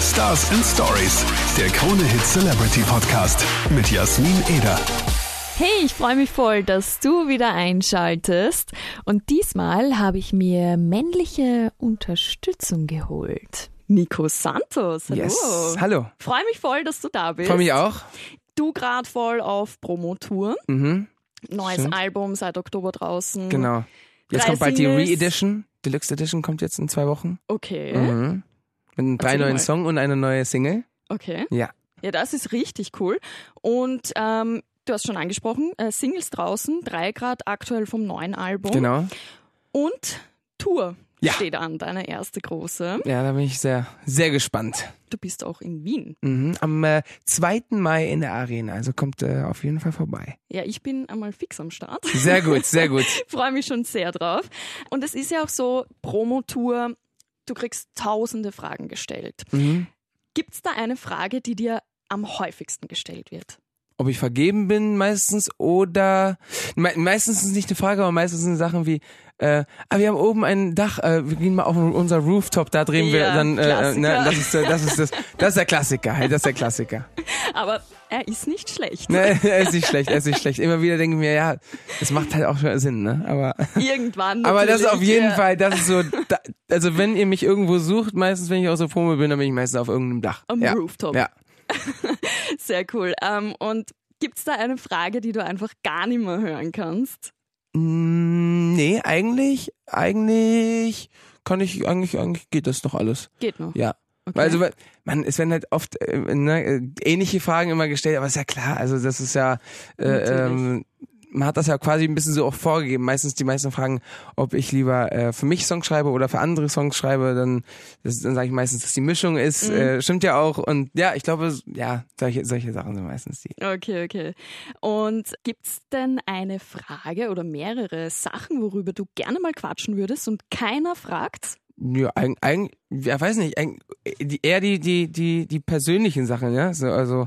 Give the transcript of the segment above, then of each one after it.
Stars and Stories, der Krone-Hit Celebrity Podcast mit Jasmin Eder. Hey, ich freue mich voll, dass du wieder einschaltest. Und diesmal habe ich mir männliche Unterstützung geholt. Nico Santos, hallo. Yes. Hallo. Freue mich voll, dass du da bist. Freue mich auch. Du gerade voll auf Promotour. Mhm. Neues Stimmt. Album seit Oktober draußen. Genau. Jetzt Drei kommt bald die Singles. Re-Edition. Deluxe Edition kommt jetzt in zwei Wochen. Okay, Mhm. Mit drei Erzähl mal. neuen Songs und einer neue Single. okay. Ja. Ja, das ist richtig cool. Und ähm, du hast schon angesprochen, äh, Singles draußen, 3 Grad aktuell vom neuen Album. Genau. Und Tour Ja. steht an, deine erste große. Ja, da bin ich sehr, sehr gespannt. Du bist auch in Wien. Mhm. Am äh, 2. Mai in der Arena. Also kommt äh, auf jeden Fall vorbei. Ja, ich bin einmal fix am Start. Sehr gut, sehr gut. Freue mich schon sehr drauf. Und es ist ja auch so, Promotour, du kriegst tausende Fragen gestellt. Mhm. Gibt es da eine Frage, die dir am häufigsten gestellt wird? Ob ich vergeben bin meistens oder me meistens ist es nicht eine Frage, aber meistens sind Sachen wie äh, ah, wir haben oben ein Dach, äh, wir gehen mal auf unser Rooftop, da drehen wir Ja, dann äh, ne, Klassiker. das ist äh, das ist das das ist der Klassiker, halt, das ist der Klassiker. Aber er ist nicht schlecht. Ne, er ist nicht schlecht, er ist nicht schlecht. Immer wieder denke ich mir, ja, das macht halt auch schon Sinn, ne? Aber Irgendwann. aber das natürlich, ist auf jeden ja. Fall, das ist so da, also wenn ihr mich irgendwo sucht, meistens wenn ich aus der Promo bin, dann bin ich meistens auf irgendeinem Dach. Am ja. Rooftop. Ja. Sehr cool. Ähm, und gibt es da eine Frage, die du einfach gar nicht mehr hören kannst? Mm, Nee, eigentlich, eigentlich kann ich, eigentlich, eigentlich geht das doch alles. Geht noch. Ja. Okay. Also, weil- man, es werden halt oft äh, ne, äh, ähnliche Fragen immer gestellt, aber ist ja klar, also das ist ja, äh, Natürlich. ähm, man hat das ja quasi ein bisschen so auch vorgegeben. Meistens die meisten fragen, ob ich lieber äh, für mich Songs schreibe oder für andere Songs schreibe, dann, das, dann sage ich meistens, dass die Mischung ist, Mhm. äh, stimmt ja auch und ja, ich glaube, ja, solche, solche Sachen sind meistens die. Okay, okay. Und gibt es denn eine Frage oder mehrere Sachen, worüber du gerne mal quatschen würdest und keiner fragt? Ja, eigentlich, eig, ja, weiß nicht, eig, die, eher die, die, die, die persönlichen Sachen, ja. So, also,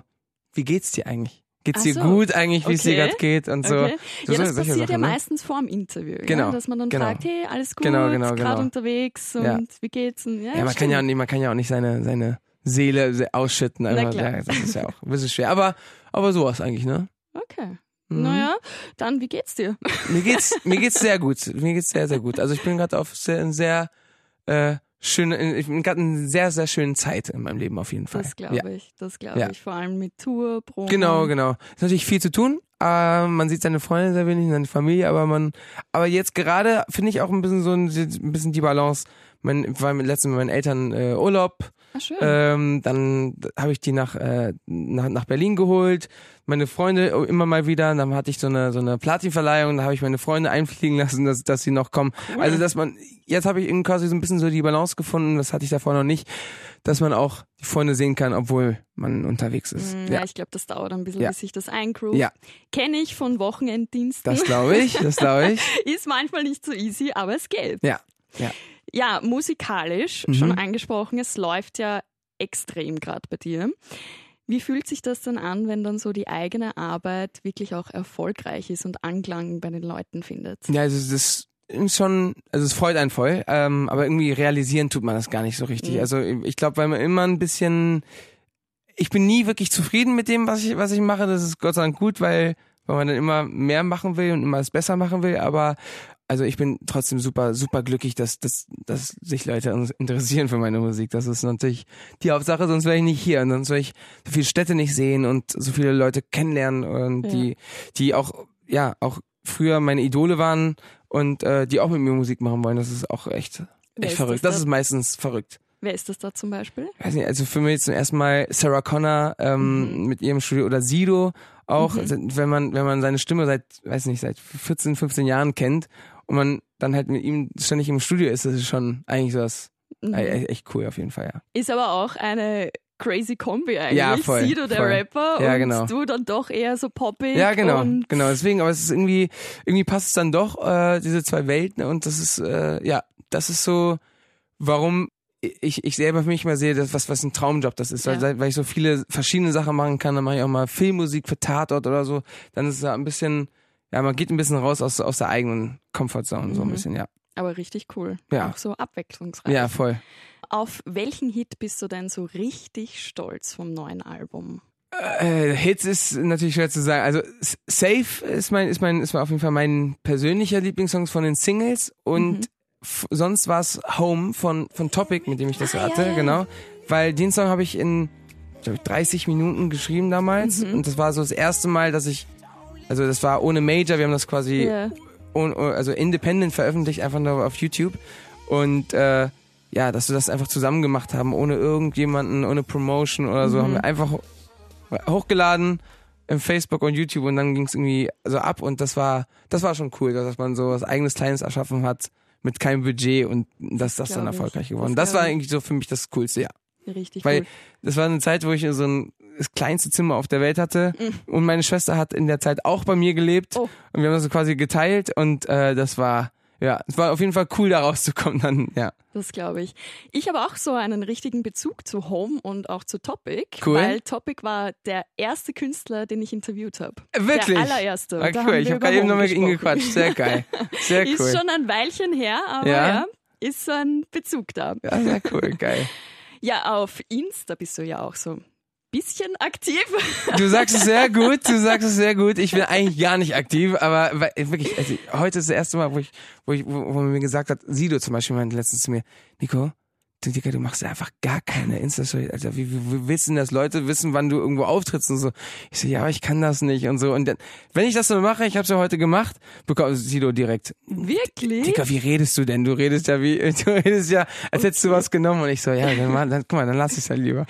wie geht's dir eigentlich? Geht's Ach dir so. gut eigentlich, wie es dir Okay. gerade geht und so? okay. so ja, so- das solche passiert ja Sachen, ne? meistens vor dem Interview, ja? Genau, dass man dann genau. fragt, hey, alles gut, Genau, genau, gerade genau. unterwegs und Ja. wie geht's? Und, ja, Ja, man kann ja, auch stimmt. nicht, man kann ja auch nicht seine, seine Seele se- ausschütten. Na Einfach, klar. ja, das ist ja auch ein bisschen schwer. Aber, aber sowas eigentlich, ne? Okay. Mhm. Naja, dann wie geht's dir? Mir geht's, mir geht's sehr gut. Mir geht's sehr, sehr gut. Also ich bin gerade auf sehr, in sehr äh, schöne, ich bin gerade in sehr, sehr schönen Zeit in meinem Leben auf jeden Fall. Das glaube ja. ich, das glaube Ja. ich. Vor allem mit Tour, Promo. Genau, genau. Ist natürlich viel zu tun. Ähm, man sieht seine Freunde sehr wenig, seine Familie, aber man, aber jetzt gerade finde ich auch ein bisschen so ein, ein bisschen die Balance. Mein, war mit letztens mit meinen Eltern äh, Urlaub, Ah, schön. ähm, dann habe ich die nach, äh, nach nach Berlin geholt. Meine Freunde immer mal wieder. Dann hatte ich so eine so eine Platinverleihung. Da habe ich meine Freunde einfliegen lassen, dass dass sie noch kommen. Also dass man jetzt habe ich eben quasi so ein bisschen so die Balance gefunden. Das hatte ich davor noch nicht, dass man auch die Freunde sehen kann, obwohl man unterwegs ist. Hm, ja. Ja, ich glaube, das dauert ein bisschen, Ja. bis sich das eingroovt. Ja. Kenne ich von Wochenenddiensten. Das glaube ich, das glaube ich. Ist manchmal nicht so easy, aber es geht. Ja, ja. Mhm. Ja, musikalisch, schon angesprochen, es läuft ja extrem gerade bei dir. Wie fühlt sich das denn an, wenn dann so die eigene Arbeit wirklich auch erfolgreich ist und Anklang bei den Leuten findet? Ja, also das ist schon, also es freut einen voll, ähm, aber irgendwie realisieren tut man das gar nicht so richtig. Mhm. Also ich glaube, weil man immer ein bisschen, ich bin nie wirklich zufrieden mit dem, was ich, was ich mache. Das ist Gott sei Dank gut, weil, weil man dann immer mehr machen will und immer es besser machen will, aber also ich bin trotzdem super, super glücklich, dass, dass, dass sich Leute uns interessieren für meine Musik. Das ist natürlich die Hauptsache, sonst wäre ich nicht hier und sonst wäre ich so viele Städte nicht sehen und so viele Leute kennenlernen und Ja. die, die auch, ja, auch früher meine Idole waren und äh, die auch mit mir Musik machen wollen. Das ist auch echt, Wer echt ist verrückt. das Das ist meistens verrückt. Wer ist das da zum Beispiel? Weiß nicht, also für mich zum ersten Mal Sarah Connor ähm, mit ihrem Studio oder Sido auch, wenn man, wenn man seine Stimme seit, weiß nicht, seit 14, 15 Jahren kennt und man dann halt mit ihm ständig im Studio ist, das ist schon eigentlich so das Mhm. äh, echt cool auf jeden Fall, ja. Ist aber auch eine crazy Kombi eigentlich. Ja, voll, Sido, der voll. Rapper, Ja, und genau. du dann doch eher so poppig. Ja, genau, Und genau. Deswegen, aber es ist irgendwie, irgendwie passt es dann doch, äh, diese zwei Welten und das ist, äh, ja, das ist so, warum ich, ich selber für mich mal sehe, dass, was, was ein Traumjob das ist, Ja. weil, weil ich so viele verschiedene Sachen machen kann, dann mache ich auch mal Filmmusik für Tatort oder so, dann ist es ja ein bisschen, ja, man geht ein bisschen raus aus, aus der eigenen Comfortzone, so ein Mhm. bisschen, ja. Aber richtig cool. Ja. Auch so abwechslungsreich. Ja, voll. Auf welchen Hit bist du denn so richtig stolz vom neuen Album? Äh, Hits ist natürlich schwer zu sagen. Also S- Safe ist mein, ist mein, ist auf jeden Fall mein persönlicher Lieblingssong von den Singles und Mhm. f- sonst war es Home von, von Topic, mit dem ich das Ah, ja, hatte, ja. genau. Weil den Song habe ich in, glaub ich 30 Minuten geschrieben damals Mhm. und das war so das erste Mal, dass ich, also das war ohne Major, wir haben das quasi Ja. ohne- ohne- also independent veröffentlicht, einfach nur auf YouTube. Und äh, ja, dass wir das einfach zusammen gemacht haben, ohne irgendjemanden, ohne Promotion oder so, haben Mhm. wir einfach ho- hochgeladen im Facebook und YouTube und dann ging es irgendwie so ab und das war, das war schon cool, dass man so was eigenes Kleines erschaffen hat mit keinem Budget und dass das dann Glaub ich. erfolgreich geworden. Das Das war glaub ich. eigentlich so für mich das Coolste, ja. Richtig Weil cool. das war eine Zeit, wo ich so ein das kleinste Zimmer auf der Welt hatte und meine Schwester hat in der Zeit auch bei mir gelebt Mhm. Oh. und wir haben das so quasi geteilt und äh, das war ja, es war auf jeden Fall cool da rauszukommen dann, ja. Das glaube ich. Ich habe auch so einen richtigen Bezug zu Home und auch zu Topic, Cool. weil Topic war der erste Künstler, den ich interviewt habe. Äh, Wirklich. Der allererste. Ah, Da cool, haben ich wir habe gerade über eben noch Home mit ihm gesprochen. gequatscht, sehr geil. Sehr cool. Ist schon ein Weilchen her, aber Ja. ja. ist so ein Bezug da. ja, sehr cool, geil. Ja, auf Insta bist du ja auch so ein bisschen aktiv. Du sagst es sehr gut, du sagst es sehr gut. Ich bin eigentlich gar nicht aktiv, aber weil- wirklich, also heute ist das erste Mal, wo ich, wo ich, wo, wo man mir gesagt hat, Sido zum Beispiel meinte letztens zu mir, Nico, du, Digga, du machst ja einfach gar keine Insta-Story, Alter, wie, wie, wie willst du denn, dass Leute wissen, wann du irgendwo auftrittst und so? Ich so, ja, aber ich kann das nicht und so. Und dann, wenn ich das so mache, ich hab's ja heute gemacht, bekommt Sido direkt, Wirklich? Digga, wie redest du denn? Du redest ja wie, du redest ja, als hättest du was genommen. Und ich so, ja, dann, mach- dann guck mal, dann lass ich's halt lieber.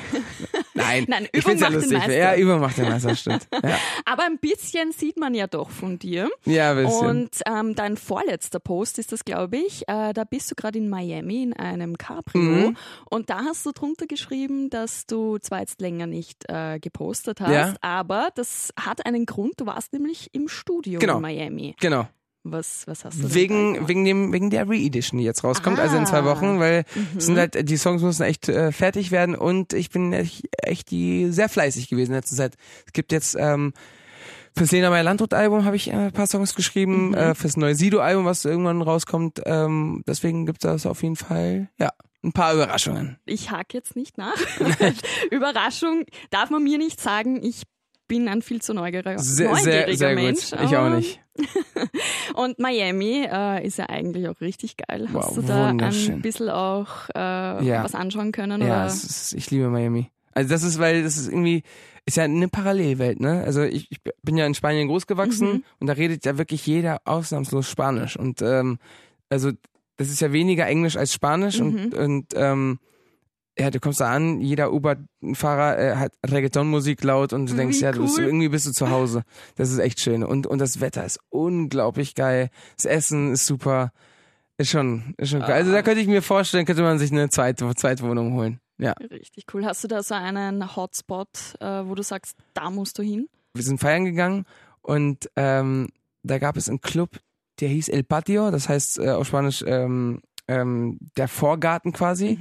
Nein, Nein, ich Übung find's ja macht den lustig. Meister. Ja, Übung macht den Meister, stimmt. Ja, Aber ein bisschen sieht man ja doch von dir. ja ein bisschen. Und ähm, dein vorletzter Post ist das, glaube ich. Äh, da bist du gerade in Miami in einem Cabrio Mhm. und da hast du drunter geschrieben, dass du zwar jetzt länger nicht äh, gepostet hast, Ja. aber das hat einen Grund. Du warst nämlich im Studio Genau. in Miami. genau. Was, was hast du denn da Wegen, gemacht? wegen, dem, wegen der Re-Edition, die jetzt rauskommt, also in zwei Ah. Wochen, weil es sind halt, die Songs müssen echt äh, fertig werden und ich bin echt, echt die, sehr fleißig gewesen in letzter Zeit. Es gibt jetzt ähm, fürs Lena Meyer Landrut Album habe ich äh, ein paar Songs Mhm. geschrieben, äh, fürs neue Sido Album, was irgendwann rauskommt. Ähm, deswegen gibt es auf jeden Fall ja ein paar Überraschungen. Ich hake jetzt nicht nach. Überraschung, darf man mir nicht sagen, ich bin ein viel zu neugieriger, Sehr, neugieriger sehr, sehr Mensch. Ah. gut. Ich auch aber- nicht. Und Miami äh, ist ja eigentlich auch richtig geil. Hast Wow, du da wunderschön. ein bisschen auch äh, Ja. was anschauen können? Ja, oder? es ist, ich liebe Miami. Also das ist, weil das ist irgendwie, ist ja eine Parallelwelt, ne? Also ich, ich bin ja in Spanien großgewachsen Mhm. und da redet ja wirklich jeder ausnahmslos Spanisch. Und ähm, also das ist ja weniger Englisch als Spanisch und, Mhm. und ähm, ja, du kommst da an, jeder Uber-Fahrer äh, hat Reggaeton-Musik laut und du denkst, Wie ja, du bist, cool. irgendwie bist du zu Hause. Das ist echt schön. Und, und das Wetter ist unglaublich geil. Das Essen ist super. Ist schon, ist schon geil. Also da könnte ich mir vorstellen, könnte man sich eine zweite, Zweitwohnung holen. Ja. Richtig cool. Hast du da so einen Hotspot, äh, wo du sagst, da musst du hin? Wir sind feiern gegangen und ähm, da gab es einen Club, der hieß El Patio, das heißt äh, auf Spanisch ähm, ähm, der Vorgarten quasi.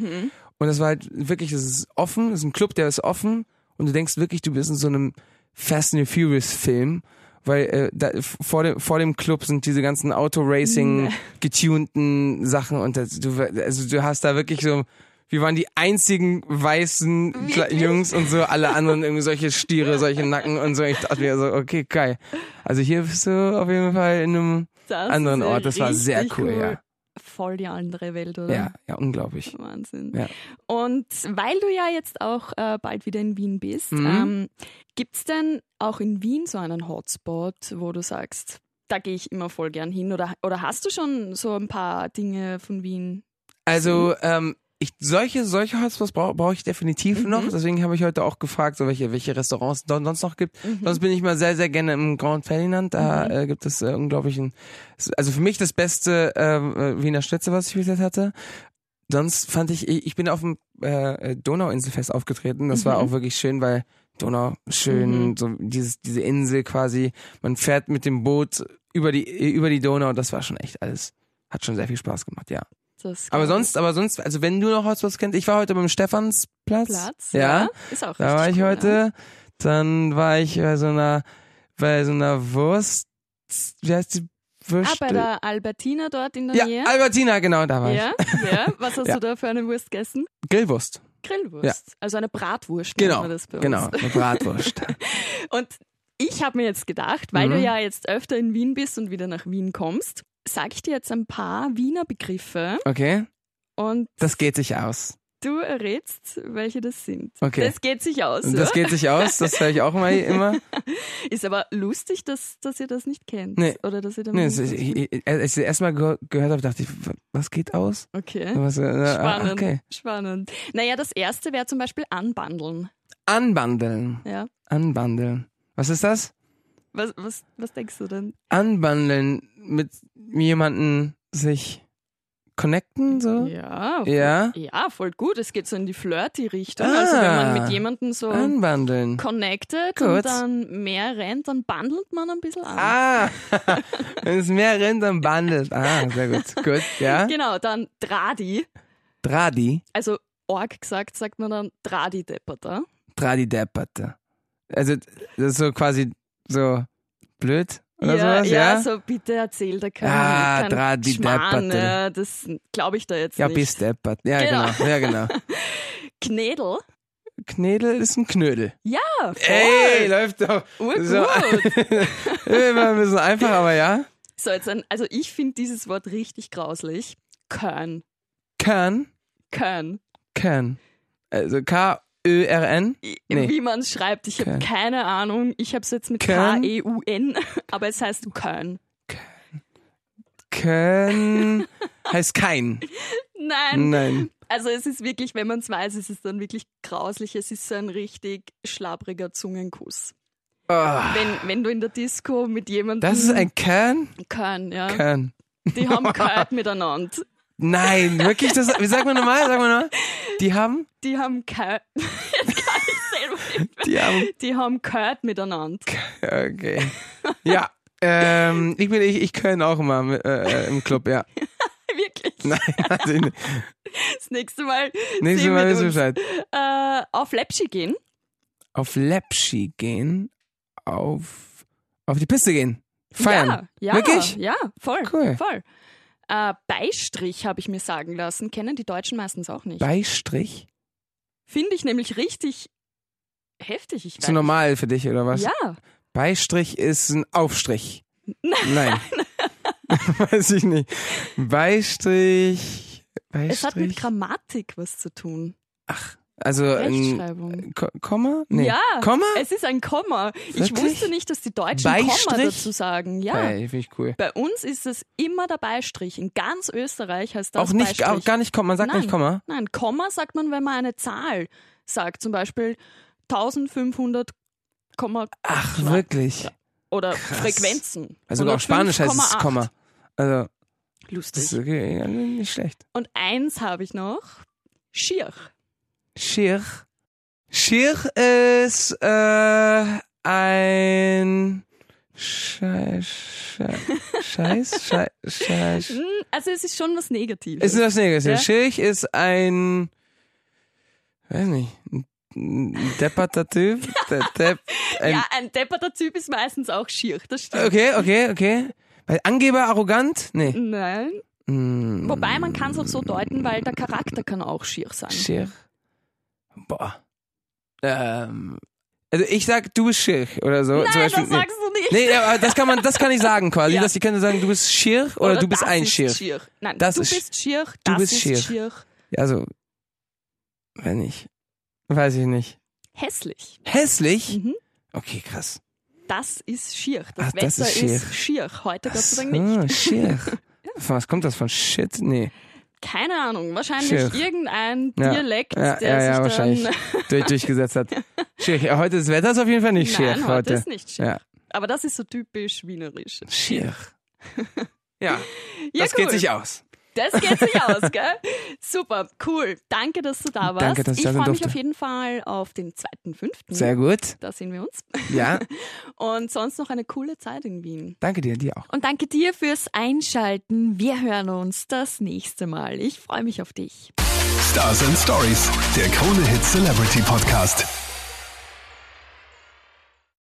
Und das war halt wirklich, das ist offen, das ist ein Club, der ist offen und du denkst wirklich, du bist in so einem Fast and Furious Film. Weil äh, da, f- vor, dem, vor dem Club sind diese ganzen Auto-Racing getunten Sachen und das, du, also du hast da wirklich so, wir waren die einzigen weißen Kle- Jungs und so, alle anderen irgendwie solche Stiere, solche Nacken und so. Ich dachte mir so, okay, geil. Also hier bist du auf jeden Fall in einem Das anderen ist ja Ort. Das war sehr richtig cool, ja. Voll die andere Welt, oder? Ja, ja, unglaublich. Wahnsinn. Ja. Und weil du ja jetzt auch äh, bald wieder in Wien bist, Mhm. ähm, gibt es denn auch in Wien so einen Hotspot, wo du sagst, da gehe ich immer voll gern hin? Oder, oder hast du schon so ein paar Dinge von Wien? Also, ähm, ich, solche, solche Hotspots brauche brauch ich definitiv noch. Deswegen habe ich heute auch gefragt, so welche, welche Restaurants es dort sonst noch Mhm. gibt. Sonst bin ich mal sehr, sehr gerne im Grand Ferdinand. Da äh, gibt es äh, unglaublichen, also für mich das beste äh, Wiener Schnitzel, was ich bisher hatte. Sonst fand ich, ich ich bin auf dem äh, Donauinselfest aufgetreten. Das war auch wirklich schön, weil Donau schön, so dieses, diese Insel quasi. Man fährt mit dem Boot über die, über die Donau. Das war schon echt alles. Hat schon sehr viel Spaß gemacht, ja. Das Aber glaub ich. sonst, aber sonst, also wenn du noch Hotspots kennst, ich war heute beim Stephansplatz. Platz. Ja. Ist auch Da war richtig ich cool, ja. Ah, heute. Dann war ich bei so einer, bei so einer Wurst, wie heißt die Ah, bei Würstel. der Albertina dort in der Ja, Nähe. Albertina, genau, da war ich. Ja, ja. Was hast Ja. du da für eine Wurst gegessen? Grillwurst. Grillwurst. Ja. Also eine Bratwurst. nennt Genau, man das bei uns. genau, eine Bratwurst. Und ich habe mir jetzt gedacht, weil Mhm. du ja jetzt öfter in Wien bist und wieder nach Wien kommst, sage ich dir jetzt ein paar Wiener Begriffe Okay, und das geht sich aus. du errätst, welche das sind. Okay. Das geht sich aus. Und Das ja? geht sich aus, das höre ich auch immer. immer. Ist aber lustig, dass, dass ihr das nicht kennt. Nee. Oder dass ihr damit Nee, nicht es ist- ich, ich, als ich das erste Mal gehör- gehört habe, dachte ich, w- was geht aus? Okay. Was, äh, ah, Hm? Spannend. Okay. Spannend. Naja, das erste wäre zum Beispiel anbandeln. Anbandeln. Ja. Anbandeln. Was ist das? Was, was, was denkst du denn? Anbandeln mit jemanden sich connecten, so? Ja. voll- Ja. Ja, voll gut. Es geht so in die Flirty-Richtung. Also wenn man Ah. mit jemandem so Anbandeln. connected Gut. und dann mehr rennt, dann bandelt man ein bisschen an. Ah, wenn es mehr rennt, dann bandelt. Ah, sehr gut. Gut, ja. Genau, dann Dradi. Tradi, Also Org gesagt, sagt man dann ah? Dradi-Depperter. Tradi depperte. Also, das ist so quasi so blöd oder sowas, ja? ja, so bitte erzähl da keinen, Ah, keinen Dradi Schmarrn, Depperte. ja, Das glaube ich da jetzt ja, nicht. bist deppert. Ja, Genau. genau. Ja, genau. Knädel. Knödel ist ein Knödel. Ja, voll. Ey, läuft doch. Urgut. So. Immer ein bisschen einfach, aber ja. So, jetzt ein, also ich finde dieses Wort richtig grauslich. Körn. Kern, Körn. Kern. Also K-Ö-R-N. I- Nee. Wie man es schreibt, ich habe Körn. keine Ahnung. Ich habe es jetzt mit Körn. K-E-U-N, aber es heißt Körn. Kern heißt kein. Nein. Nein. Also es ist wirklich, wenn man es weiß, es ist dann wirklich grauslich. Es ist so ein richtig schlabriger Zungenkuss. Oh, Wenn, wenn du in der Disco mit jemandem das ist ein Kern? Körn, ja. Kern. Die haben gehört miteinander. Nein, wirklich? Das, wie sagt man nochmal? Sag mal nochmal. Die haben? Die haben gehört. Die haben. Die haben gehört miteinander. Okay. Ja. Ähm, ich bin, ich, ich Köln auch immer mit, äh, im Club, ja. Wirklich. Nein, also, Das nächste Mal. nächstes Sie Mal mit wissen wir uns. Bescheid. Äh, auf Läppschi gehen. Auf Lepschi gehen, auf, auf die Piste gehen, feiern. Ja, ja. Wirklich? Ja, voll. Cool. voll. Äh, Beistrich habe ich mir sagen lassen. Kennen die Deutschen meistens auch nicht. Beistrich? Finde ich nämlich richtig heftig. Ich Zu weiß. normal für dich, oder was? Ja, Beistrich ist ein Aufstrich. Nein. Weiß ich nicht. Beistrich. Beistrich. es hat mit Grammatik was zu tun. also ein Rechtschreibung. Ko- Komma? Nee. Ja. Komma? Es ist ein Komma. Ich Wirklich? wusste nicht, dass die Deutschen Komma Beistrich? dazu sagen. Ja. Ey, finde ich cool. Bei uns ist es immer der Beistrich. In ganz Österreich heißt das Auch nicht, Beistrich. auch gar nicht Komma. Man sagt Nein. nicht Komma. Nein, Komma sagt man, wenn man eine Zahl sagt. Zum Beispiel 1500 Komma Ach, Nein. wirklich? oder Krass. Frequenzen. Also sogar oder auf Spanisch heißt es 5,8. Komma. Also, das ist Lustig. okay, ja, nicht schlecht. Und eins habe ich noch. Schier. Schir. Schir ist äh, ein Scheiß. Scheiß? Scheiß? Scheiß? Hm, Also es ist schon was Negatives. Ist nur das Nächste. Ja. Schirch ist ein, weiß nicht, ein- ein depperter Typ. Der Depp, ein, ja, ein depperter Typ ist meistens auch schier. Das stimmt. Okay, okay, okay. Weil Angeber arrogant? Nee. Nein. Mm, Hm. Wobei man kann es auch so deuten, weil der Charakter kann auch schier sein. Schirch. Boah. Ähm, also ich sag, du bist Schirch oder so. Nein, zum Beispiel, das sagst du nicht. Nee, aber das kann man, das kann ich sagen quasi. Ja. Dass die können sagen, du bist schier oder, du bist das ein ist Schier. Nein, Das du ist- bist schier, das bist ist schier. schier. Ja, Also, wenn ich, weiß ich nicht. Hässlich. Hässlich? Mhm. Okay, krass. Das ist schier. Das Ah, Wetter das ist ist schier. Heute Gott sei Dank nicht. Ah, schier. Von Was kommt das von Shit? Nee. Keine Ahnung. Wahrscheinlich Schier. irgendein Ja. Dialekt, Ja, der ja, ja, sich dann. wahrscheinlich. Durch, durchgesetzt hat. Schier. Ja, heute ist das Wetter ist auf jeden Fall nicht schier. Nein, heute, heute. ist nicht schier. Ja. Aber das ist so typisch wienerisch. Schier. Ja, Ja, das cool. geht sich aus. Das geht sich aus, gell? Super, cool. Danke, dass du da warst. Danke, dass ich ich da sein freue mich durfte. auf jeden Fall auf den 2.5. Sehr gut. Da sehen wir uns. Ja, Und sonst noch eine coole Zeit in Wien. danke dir, dir auch. Und danke dir fürs Einschalten. Wir hören uns das nächste Mal. Ich freue mich auf dich. Stars and Stories, der Krone Hit Celebrity Podcast.